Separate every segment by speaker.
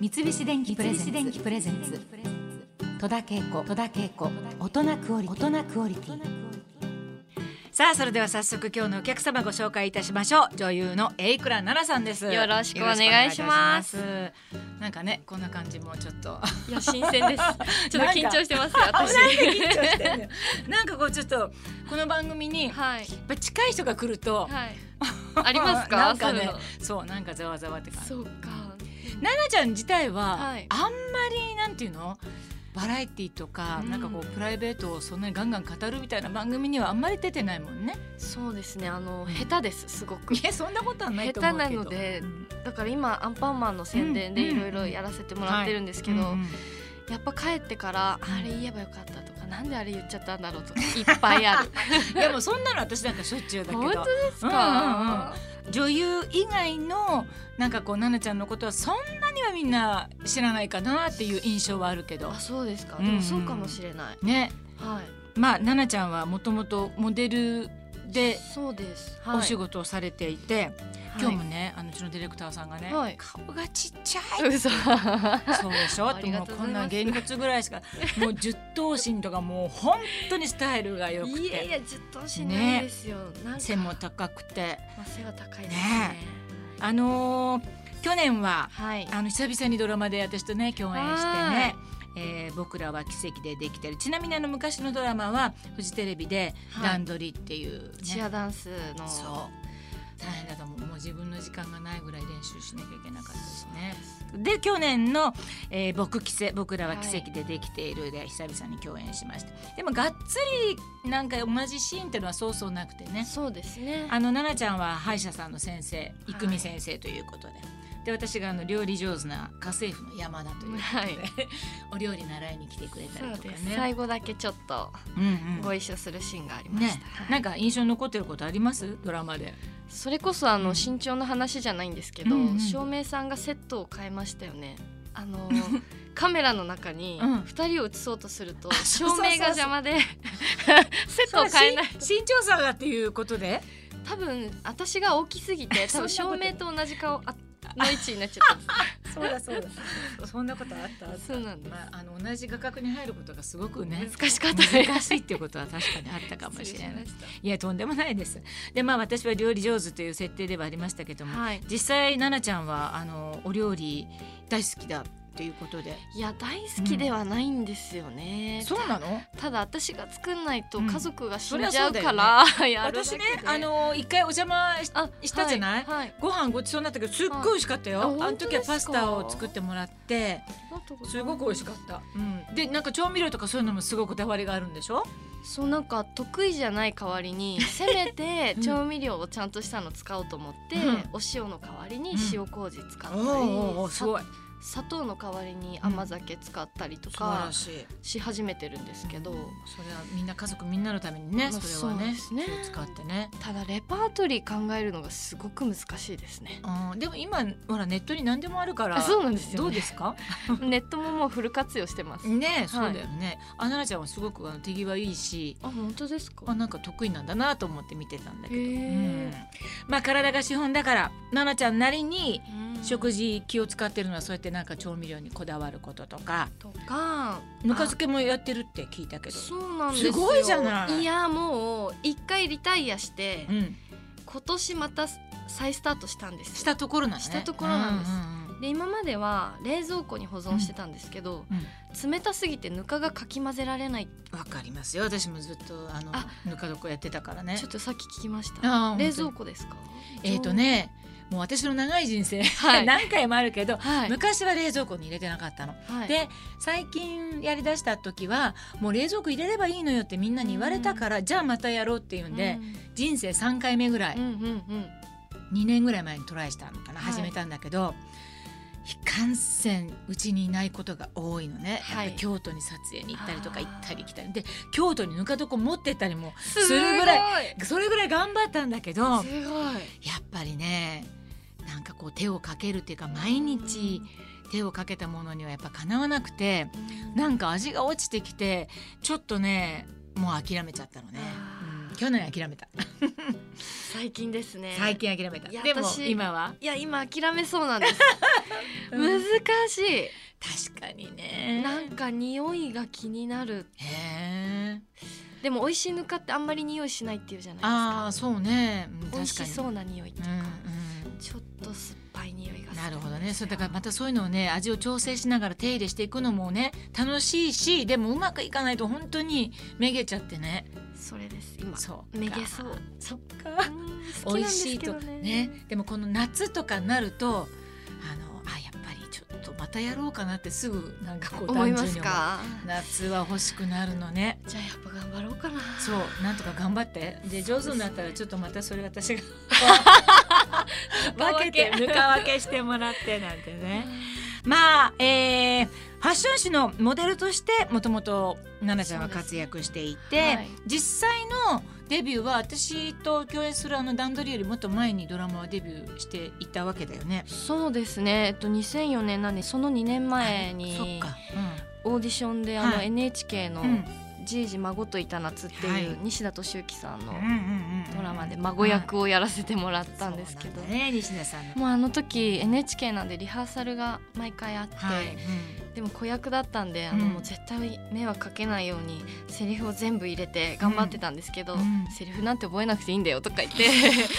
Speaker 1: 三菱電機プレゼンツ戸田恵子戸田恵子大人クオリティ大人クオリティ
Speaker 2: さあそれでは早速今日のお客様ご紹介いたしましょう女優の榮倉奈々さんです
Speaker 3: よろしくお願いします
Speaker 2: よろしくお願いしますなんかねこんな感じもちょっと
Speaker 3: いや新鮮です ちょっと緊張してますよ私
Speaker 2: なんかこうちょっとこの番組にやっ
Speaker 3: はい
Speaker 2: ぱ近い人が来ると、
Speaker 3: はいありますか
Speaker 2: なんかね
Speaker 3: そういうの
Speaker 2: そうなんかざわざわって感じ
Speaker 3: そうか
Speaker 2: 奈々ちゃん自体は、
Speaker 3: はい
Speaker 2: あんまりなんていうのバラエティとか、
Speaker 3: うん
Speaker 2: なんかこうプライベートをそんなにガンガン語るみたいな番組にはあんまり出てないもんね。
Speaker 3: そうですねあの下手ですすごく
Speaker 2: いやそんなことはないと思うけど。
Speaker 3: 下手なので
Speaker 2: うん
Speaker 3: だから今アンパンマンの宣伝で
Speaker 2: う
Speaker 3: い
Speaker 2: ん
Speaker 3: ろいろやらせてもらってるんですけど、
Speaker 2: うん
Speaker 3: やっぱ帰ってからあれ言えばよかったとかなんであれ言っちゃったんだろう とかいっぱいある
Speaker 2: うんいやもうそんなの私なんかしょっちゅうだけ
Speaker 3: 本当
Speaker 2: ど
Speaker 3: です
Speaker 2: うんうんうん
Speaker 3: か、
Speaker 2: 女優以外のなんかこう奈々ちゃんのことはそんなにはみんな知らないかなっていう印象はあるけど
Speaker 3: あそうですか、
Speaker 2: うんうん
Speaker 3: でもそうかもしれない
Speaker 2: ね
Speaker 3: はい
Speaker 2: まあ奈々ちゃんはもともとモデルで
Speaker 3: そうです、はい、
Speaker 2: お仕事をされていて、
Speaker 3: はい
Speaker 2: 今日もねあのうちのディレクターさんがね、
Speaker 3: はい
Speaker 2: 顔がちっちゃい
Speaker 3: 嘘
Speaker 2: そうでしょ
Speaker 3: あ
Speaker 2: で
Speaker 3: りが
Speaker 2: も
Speaker 3: とうご
Speaker 2: こん
Speaker 3: ざい
Speaker 2: な
Speaker 3: ます
Speaker 2: げんこつぐらいしかもう十頭身とかもう本当にスタイルが良く
Speaker 3: いやい
Speaker 2: て
Speaker 3: やずっとしないですよ、なんか
Speaker 2: 背も高くて
Speaker 3: まあ背は高いですね
Speaker 2: ねあのー去年は
Speaker 3: はい
Speaker 2: あの久々にドラマで私とね共演して
Speaker 3: は
Speaker 2: ね。えー僕らは奇跡でできてるちなみにあの昔のドラマはフジテレビで「
Speaker 3: はい
Speaker 2: 段取り」っていう、ね
Speaker 3: チアダンスの
Speaker 2: そう大変だと思うもう自分の時間がないぐらい練習しなきゃいけなかったですね。で去年の、えー僕奇跡僕らは奇跡でできている」で久々に共演しましたでもがっつりなんか同じシーンっていうのはそうそうなくてね
Speaker 3: そうですね
Speaker 2: あの奈々ちゃんは歯医者さんの先生郁美先生ということで。で私があの料理上手な家政婦の山田ということで、
Speaker 3: はい
Speaker 2: お料理習いに来てくれた
Speaker 3: そ
Speaker 2: り
Speaker 3: う
Speaker 2: とか
Speaker 3: です、
Speaker 2: ね
Speaker 3: 最後だけちょっと
Speaker 2: うんうん
Speaker 3: ご一緒するシーンがありました、
Speaker 2: ね
Speaker 3: はい
Speaker 2: なんか印象に残ってることありますドラマで
Speaker 3: それこそあ
Speaker 2: う
Speaker 3: の
Speaker 2: ん
Speaker 3: 身長の話じゃないんですけど、
Speaker 2: うんうん
Speaker 3: 照明さんがセットを変えましたよね。あ のカメラの中に
Speaker 2: うん
Speaker 3: 二人を映そうとすると
Speaker 2: あそうそうそう
Speaker 3: 照
Speaker 2: そう
Speaker 3: 明が邪 魔でセットを変えない
Speaker 2: それは身身長差がっていうことで
Speaker 3: 多分私が大きすぎて多分
Speaker 2: そんな
Speaker 3: 照
Speaker 2: こと
Speaker 3: 明と同じ顔あの位置になっちゃったんで
Speaker 2: そうだそうだ。 そんなことあったあった。
Speaker 3: すそうなんで
Speaker 2: まああの同じ画角に入ることがすごくね
Speaker 3: す難しかったです
Speaker 2: 難しいっていうことは確かにあったかもしれない
Speaker 3: 失。礼しまし
Speaker 2: いやとんでもないです。でまあ私は料理上手という設定ではありましたけど
Speaker 3: た
Speaker 2: も、
Speaker 3: はい
Speaker 2: 実際奈々ちゃんはあのお料理大好きだということで。
Speaker 3: いや大好きではないんですよね、
Speaker 2: うなの？
Speaker 3: ただ私が作んないと家族が死
Speaker 2: うんん
Speaker 3: じゃう
Speaker 2: そりゃ
Speaker 3: か
Speaker 2: そうだ
Speaker 3: ら、 やるだ
Speaker 2: 私
Speaker 3: け
Speaker 2: ね
Speaker 3: で
Speaker 2: あの一回お邪魔し
Speaker 3: あ
Speaker 2: したじゃない
Speaker 3: はい、はい
Speaker 2: ご飯ごちそうになったけどすっごい美味しかったよ。
Speaker 3: あ
Speaker 2: あの
Speaker 3: 本当
Speaker 2: 時は
Speaker 3: ですか
Speaker 2: パスタを作ってもらって。
Speaker 3: ありがとうございます
Speaker 2: すごく美味しかった、うん、でなんか調味料とかそういうのもすごいこだわりがあるんでしょ
Speaker 3: そうなんか得意じゃない代わ りにせめて
Speaker 2: うん
Speaker 3: 調味料をちゃんとしたの使おうと思って、
Speaker 2: うん
Speaker 3: お塩の代わりに
Speaker 2: うん
Speaker 3: 塩麹使ったり、
Speaker 2: おー
Speaker 3: さ砂糖の代わりに甘酒使ったりと
Speaker 2: 素晴
Speaker 3: から
Speaker 2: しい
Speaker 3: し始めてるんですけど、
Speaker 2: うんそれはみんな家族みんなのためにね
Speaker 3: まあ
Speaker 2: それはね
Speaker 3: そうですね
Speaker 2: 気を使ってね、
Speaker 3: ただレパートリー考えるのがすごく難しいです ね。
Speaker 2: うん、でも今ほらネットに何でもあるから
Speaker 3: あそうなんですよね
Speaker 2: どうですか
Speaker 3: ネットももうフル活用してます。
Speaker 2: ねえそうだよね、あな奈々ちゃんはすごくあの手際いいし
Speaker 3: あ本当です
Speaker 2: あ
Speaker 3: か。
Speaker 2: なんか得意なんだなと思って見てたんだけど、
Speaker 3: へ
Speaker 2: う
Speaker 3: え
Speaker 2: ん、まあ体が資本だから奈々ちゃんなりに
Speaker 3: うん
Speaker 2: 食事気を使ってるのはそうやってなんか調味料にこだわることとか
Speaker 3: とか
Speaker 2: ぬか漬けもやってるって聞いたけ
Speaker 3: あ
Speaker 2: ど
Speaker 3: そうなんですよ
Speaker 2: すごいじゃない
Speaker 3: いやもう一回リタイアして、
Speaker 2: うん、
Speaker 3: 今年また再スタートしたんですよ
Speaker 2: したところなんね
Speaker 3: したところなんです
Speaker 2: うん
Speaker 3: で今までは冷蔵庫に保存してたんですけど、
Speaker 2: うんうん
Speaker 3: 冷たすぎてぬかがかき混ぜられない、
Speaker 2: わかりますよ私もずっとあの
Speaker 3: あ
Speaker 2: ぬか床やってたからね
Speaker 3: ちょっとさっき聞きました
Speaker 2: ああ
Speaker 3: 冷蔵
Speaker 2: 庫
Speaker 3: 庫ですか
Speaker 2: えっ、とねもう私の長い人生、
Speaker 3: はい
Speaker 2: 何回もあるけど、
Speaker 3: はい、
Speaker 2: 昔は冷蔵庫に入れてなかったの、
Speaker 3: はい、
Speaker 2: で最近やりだした時はもう冷蔵庫入れればいいのよってみんなに言われたから、じゃあまたやろうっていうんで、人生3回目ぐらい、
Speaker 3: うん、うんうんうん
Speaker 2: 2年ぐらい前にトライしたのかな、
Speaker 3: はい
Speaker 2: 始めたんだけど非感染うちにいないことが多いのね、
Speaker 3: はい
Speaker 2: やっぱ京都に撮影に行ったりとか
Speaker 3: あー
Speaker 2: 行ったり来たりで京都にぬか床持ってったりも
Speaker 3: す
Speaker 2: るぐら
Speaker 3: い
Speaker 2: それぐらい頑張ったんだけどやっ
Speaker 3: すごい
Speaker 2: ぱりねなんかこう手をかけるっていうか毎日手をかけたものにはやっぱかなわなくて
Speaker 3: うん
Speaker 2: なんか味が落ちてきてちょっとねもう諦めちゃったのね。
Speaker 3: あー
Speaker 2: うん去年諦めた
Speaker 3: 最近ですね
Speaker 2: 最近諦めた
Speaker 3: いや
Speaker 2: でも
Speaker 3: 私
Speaker 2: 今はい
Speaker 3: や今諦めそうなんです
Speaker 2: うん
Speaker 3: 難し
Speaker 2: 確かに
Speaker 3: い
Speaker 2: ね
Speaker 3: なんか匂いが気になる
Speaker 2: へえ
Speaker 3: でも美味しいぬかってあんまり匂いしないっていうじゃないですか
Speaker 2: ああそうねうん
Speaker 3: 美味し
Speaker 2: 確
Speaker 3: そ
Speaker 2: か
Speaker 3: うな匂いってい
Speaker 2: に
Speaker 3: う
Speaker 2: う
Speaker 3: か、
Speaker 2: ん
Speaker 3: ちょっと酸っぱい匂いが
Speaker 2: う
Speaker 3: する
Speaker 2: んなるほどねそれだからまたそういうのをね味を調整しながら手入れしていくのもね楽しいしでもうまくいかないと本当にめげちゃってね
Speaker 3: それです今
Speaker 2: そう
Speaker 3: めげそう
Speaker 2: そっ
Speaker 3: う
Speaker 2: か
Speaker 3: ん好き
Speaker 2: 美
Speaker 3: なんで
Speaker 2: 味し
Speaker 3: す
Speaker 2: い
Speaker 3: け
Speaker 2: と
Speaker 3: ど
Speaker 2: ね
Speaker 3: ね
Speaker 2: でもこの夏とかになるとあのあやっぱりちょっとまたやろうかなってすぐなんかこう
Speaker 3: 思い
Speaker 2: 単純に
Speaker 3: ますか
Speaker 2: う夏は欲しくなるのね
Speaker 3: じゃあやっぱ頑張ろうかな
Speaker 2: そうなんとか頑張ってで上手になったらちょっとまたそれ私 が分けてぬか分けしてもらってなんてねまあ、えーファッション誌のモデルとしてもともと奈々ちゃんは活躍していて、
Speaker 3: はい
Speaker 2: 実際のデビューは私と共演するあの段取りよりもっと前にドラマはデビューしていたわけだよね。
Speaker 3: そうですねえっと2004年なんでその2年前
Speaker 2: あそっ
Speaker 3: に
Speaker 2: か、
Speaker 3: オーディションであの
Speaker 2: はい
Speaker 3: NHK の
Speaker 2: うんうん
Speaker 3: 「じいじ孫といた夏」って
Speaker 2: はい
Speaker 3: いう西田敏行さんの
Speaker 2: うんうんうん
Speaker 3: ドラマで孫役をやらせてもらったんですけ
Speaker 2: そ
Speaker 3: ど
Speaker 2: うなんだね西田さんの。
Speaker 3: もうあの時 NHK なんでリハーサルが毎回あって、
Speaker 2: はい、
Speaker 3: でも子役だったんであの、
Speaker 2: うん
Speaker 3: もう絶対迷惑かけないようにセリフを全部入れて頑張ってたんですけど、
Speaker 2: うん
Speaker 3: セリフなんて覚えなくていいんだよとか言って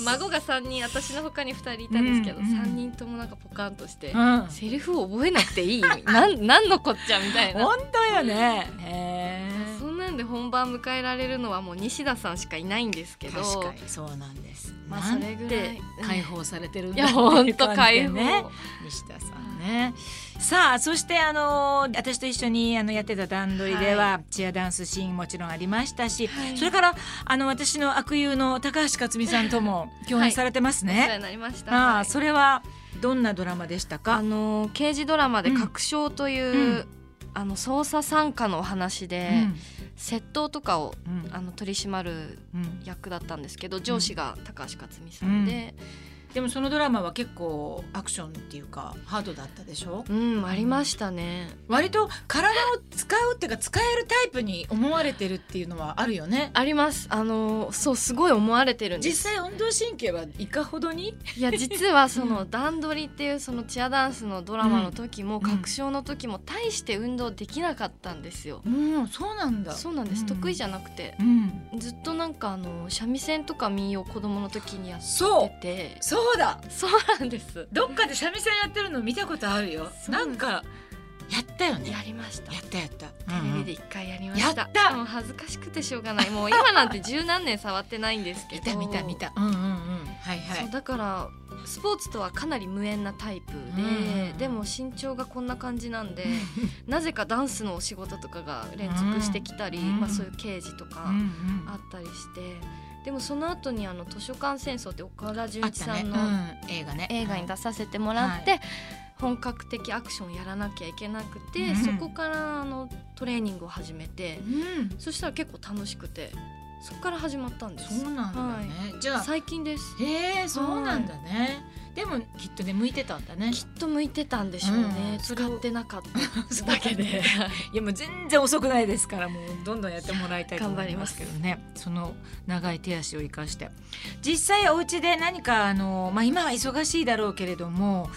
Speaker 3: 孫が3人私の他に2人いたんですけど、
Speaker 2: うんうん
Speaker 3: 3人ともなんかポカンとして、
Speaker 2: うんうん
Speaker 3: セリフを覚えなくてい いなんなんのこっちゃみたいな。
Speaker 2: 本当よね。へ
Speaker 3: そんなんで本番迎えられるのはもう西田さんしかいないんですけ
Speaker 2: え。
Speaker 3: ど
Speaker 2: 確かにそうなんです。
Speaker 3: まあ
Speaker 2: なん
Speaker 3: それぐらい
Speaker 2: て解放されてるん
Speaker 3: い
Speaker 2: だっ
Speaker 3: や
Speaker 2: て
Speaker 3: ほ
Speaker 2: い
Speaker 3: ん
Speaker 2: う感じ
Speaker 3: と
Speaker 2: で
Speaker 3: 解放、
Speaker 2: ね。西田さんね。さあそしてあのー私と一緒にあのやってた段取りでは、チアダンスシーンもちろんありましたし、
Speaker 3: はい
Speaker 2: それからあの私の悪友の高橋克実さんとも共
Speaker 3: は
Speaker 2: 演
Speaker 3: い
Speaker 2: されてます
Speaker 3: お世話
Speaker 2: ね。
Speaker 3: になりました
Speaker 2: あ
Speaker 3: は
Speaker 2: あ
Speaker 3: い
Speaker 2: それはどんなドラマでした
Speaker 3: あ
Speaker 2: か。
Speaker 3: の刑事ドラマで「確証」という、
Speaker 2: うんうん
Speaker 3: あの捜査参加のお話で、窃盗とかを
Speaker 2: うんうん
Speaker 3: あの取り締まる
Speaker 2: うん
Speaker 3: 役だったんですけど上司が高橋克実さんで、
Speaker 2: でもそのドラマは結構アクションっていうかハードだったでしょ。
Speaker 3: うん、ありましたね。
Speaker 2: 割と体を使うっていうか使えるタイプに思われてるっていうのはあるよね。
Speaker 3: あります。あのそうすごい思われてるんです。
Speaker 2: 実際運動神経はいかほどに、
Speaker 3: いや実はその段取りっていうそのチアダンスのドラマの時も
Speaker 2: ん
Speaker 3: 確証の時も大して運動できなかったんですよ。
Speaker 2: うん、そうなんだ
Speaker 3: そうなんです。
Speaker 2: うん
Speaker 3: 得意じゃなくて
Speaker 2: うん、
Speaker 3: ずっとなんかあの三味線とか民謡を子供の時にやっ
Speaker 2: そう
Speaker 3: てて、
Speaker 2: そうだ
Speaker 3: そうなんです。
Speaker 2: どっかで三味線やってるの見たことあるよ
Speaker 3: そう
Speaker 2: なんかやったよね
Speaker 3: やりました
Speaker 2: や。ったやった
Speaker 3: テレビで
Speaker 2: で
Speaker 3: 一回やりました。
Speaker 2: やった
Speaker 3: もう恥ずかしくてしょうがない。もう今なんて十何年触ってないんですけ
Speaker 2: 見
Speaker 3: ど。
Speaker 2: た見た見。たうんうんうんはいは
Speaker 3: そう
Speaker 2: い
Speaker 3: だからスポーツとはかなり無縁なタイプで、
Speaker 2: うんうん
Speaker 3: でも身長がこんな感じなんで、なぜかダンスのお仕事とかが連続してきたり、
Speaker 2: うん
Speaker 3: まあそういう刑事とか
Speaker 2: うんうん
Speaker 3: あったりして、でもその後にあの図書館戦争って岡田准
Speaker 2: あっ
Speaker 3: 一
Speaker 2: た
Speaker 3: さ
Speaker 2: ね
Speaker 3: ん
Speaker 2: う
Speaker 3: の
Speaker 2: ん映画ね
Speaker 3: 映画に出させてもらって、本格的アクションやらなきゃいけなくて、
Speaker 2: うん
Speaker 3: そこからあのトレーニングを始めて
Speaker 2: う、ん
Speaker 3: そしたら結構楽しくてそこから始まったんです
Speaker 2: そうなんだねじゃあ
Speaker 3: 最近です
Speaker 2: へえそうなんだねでもきっとね向いてたんだね
Speaker 3: きっと向いてたんでしょうね、
Speaker 2: うん
Speaker 3: 使ってなか っただけ
Speaker 2: そう
Speaker 3: で
Speaker 2: いやもう全然遅くないですからもうどんどんやってもらいたいと思
Speaker 3: 頑張
Speaker 2: い
Speaker 3: り
Speaker 2: ま
Speaker 3: ますす
Speaker 2: けどねその長い手足を生かして実際お家で何かあの、まあ、今は忙しいだろうけれども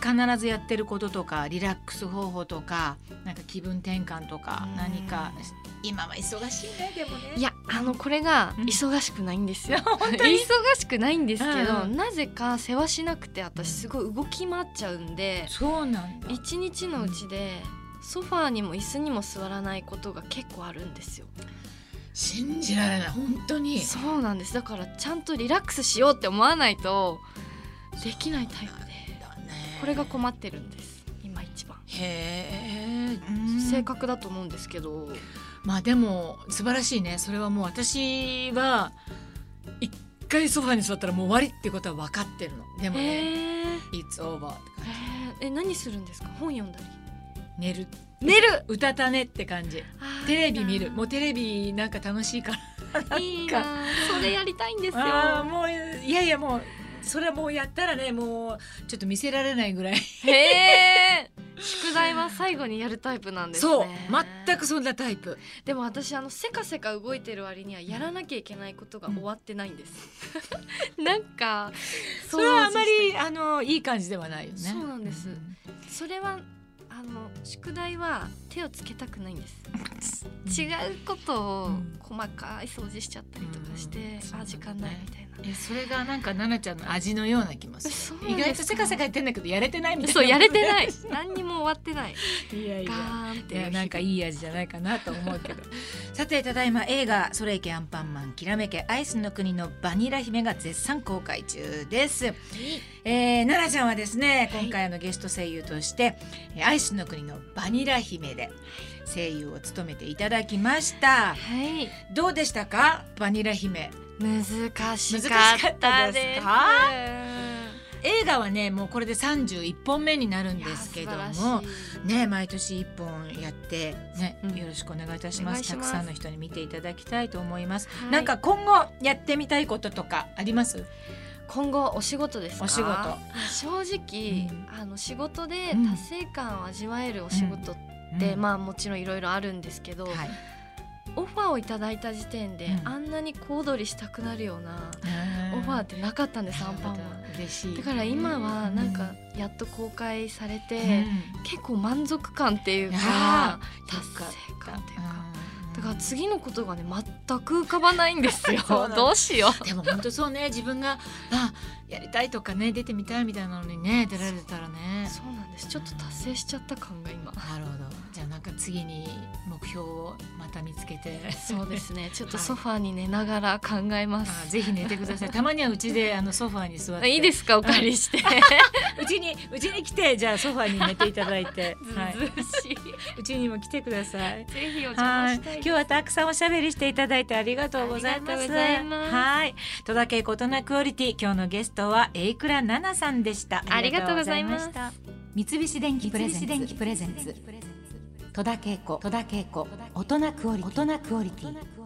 Speaker 2: 必ずやってることとかリラックス方法とかなんか気分転換とか
Speaker 3: うん
Speaker 2: 何か今は忙しいねでもね
Speaker 3: いやあのこれが
Speaker 2: うん
Speaker 3: 忙しくないんですよ、
Speaker 2: 本当
Speaker 3: 忙
Speaker 2: に
Speaker 3: しくないんですけど、
Speaker 2: うんうん
Speaker 3: なぜか世話しなくて私すごい動き回っちゃうんで
Speaker 2: そうなんだ
Speaker 3: 一日のうちでソファーにも椅子にも座らないことが結構あるんですよ
Speaker 2: 信じられない本当に
Speaker 3: そうなんですだからちゃんとリラックスしようって思わないとできないタイプで
Speaker 2: だね
Speaker 3: これが困ってるんです今一番
Speaker 2: へえうん
Speaker 3: 性格だと思うんですけど、
Speaker 2: まあでも素晴らしいねそれはもう私は一回ソファーに座ったらもう終わりってことは分かってるのでもね
Speaker 3: え
Speaker 2: 「It's over」って感じ
Speaker 3: え何するんですか本読んだり
Speaker 2: 寝る
Speaker 3: 寝る
Speaker 2: うたたねって感じテレビ見るもうテレビなんか楽しいから
Speaker 3: いい
Speaker 2: な
Speaker 3: なそれやりたいんですよ
Speaker 2: あーもういやいやもうそれはもうやったらねもうちょっと見せられないぐらい
Speaker 3: へえ宿題は最後にやるタイプなんですね
Speaker 2: そう全くそんなタイプ
Speaker 3: でも私あのせかせか動いてる割にはやらなきゃいけないことが終わってないんです なんか
Speaker 2: それはあま
Speaker 3: 掃除して
Speaker 2: りあのいい感じではないよね
Speaker 3: そうなんです
Speaker 2: ん
Speaker 3: それはあの宿題は手をつけたくないんです違うことを
Speaker 2: うん
Speaker 3: 細かい掃除しちゃったりとかして、
Speaker 2: うんそうな
Speaker 3: あ
Speaker 2: んだね
Speaker 3: 時間ないみたいな
Speaker 2: えそれがなんか奈々ちゃんの味のような気もする
Speaker 3: そう
Speaker 2: 意外とせかせか
Speaker 3: か
Speaker 2: 言ってんだけどやれてないみたいな
Speaker 3: そうやれてない何にも終わってない
Speaker 2: いやい
Speaker 3: ガ
Speaker 2: や
Speaker 3: ーンっ
Speaker 2: い
Speaker 3: て
Speaker 2: やなんかいい味じゃないかなと思うけどさてただいま映画「それいけアンパンマンきらめけアイスの国のバニラ姫」が絶賛公開中です、えー、奈々ちゃんはですね
Speaker 3: はい
Speaker 2: 今回あのゲスト声優として「えーアイスの国のバニラ姫」で声優を務めていただきました
Speaker 3: はい
Speaker 2: どうでしたかバニラ姫
Speaker 3: 難しかったです
Speaker 2: 難しか映画はねもうこれで31本目になるん
Speaker 3: いや
Speaker 2: ですけど
Speaker 3: 素晴ら
Speaker 2: も
Speaker 3: しい
Speaker 2: ね、毎年一本やって、ね
Speaker 3: うん
Speaker 2: よろしくお願いいたしま
Speaker 3: お願
Speaker 2: す
Speaker 3: いします
Speaker 2: たくさんの人に見ていただきたいと思います、
Speaker 3: はい
Speaker 2: なんか今後やってみたいこととかあります
Speaker 3: 今後お仕事ですか
Speaker 2: お仕事
Speaker 3: 正直、
Speaker 2: うん
Speaker 3: あの仕事で
Speaker 2: うん
Speaker 3: 達成感を味わえるお仕事って、まあもちろんいろいろあるんですけど、
Speaker 2: はい
Speaker 3: オファーをいただいた時点で、
Speaker 2: うん
Speaker 3: あんなに小躍りしたくなるようなオファーってなかったんです、アンパンは。
Speaker 2: 嬉しい
Speaker 3: だから今はなんかやっと公開されて、
Speaker 2: うん
Speaker 3: 結構満足感っていう
Speaker 2: あ
Speaker 3: か達成感っていうかだから次のことがね全く浮かばないんです よ
Speaker 2: そうなんだ
Speaker 3: どうしよ
Speaker 2: うんでも本当そうね自分があやりたいとかね出てみたいみたいなのにね出られてたら
Speaker 3: う
Speaker 2: ね
Speaker 3: そうなんですちょっと達成しちゃった感が今
Speaker 2: なるほどじゃあなんか次に目標をまた見つけて
Speaker 3: そうですねちょっと
Speaker 2: はい
Speaker 3: ソファーに寝ながら考えま
Speaker 2: あ
Speaker 3: す、
Speaker 2: ぜひ寝てください。たまにはうちであのソファーに座っ
Speaker 3: あ
Speaker 2: て。
Speaker 3: いいですかお借りして
Speaker 2: うちにうちに来てじゃあソファーに寝ていただいて、
Speaker 3: ず
Speaker 2: はいう
Speaker 3: ずうしい、
Speaker 2: うちにも来てください。
Speaker 3: ぜひお邪魔
Speaker 2: はい
Speaker 3: したい、
Speaker 2: 今日はたくさんおしゃべりしていただいてありがとうございます。
Speaker 3: ありがとうございます
Speaker 2: はい、戸田恵子大人クオリティ、今日のゲストはエイクラナナさんでした。
Speaker 3: ありがとうございます
Speaker 2: した。
Speaker 1: 三菱電機プレゼンツ
Speaker 4: 三菱電機プレゼンツ
Speaker 1: 戸田恵子戸田恵子大人クオリティ大人クオリティ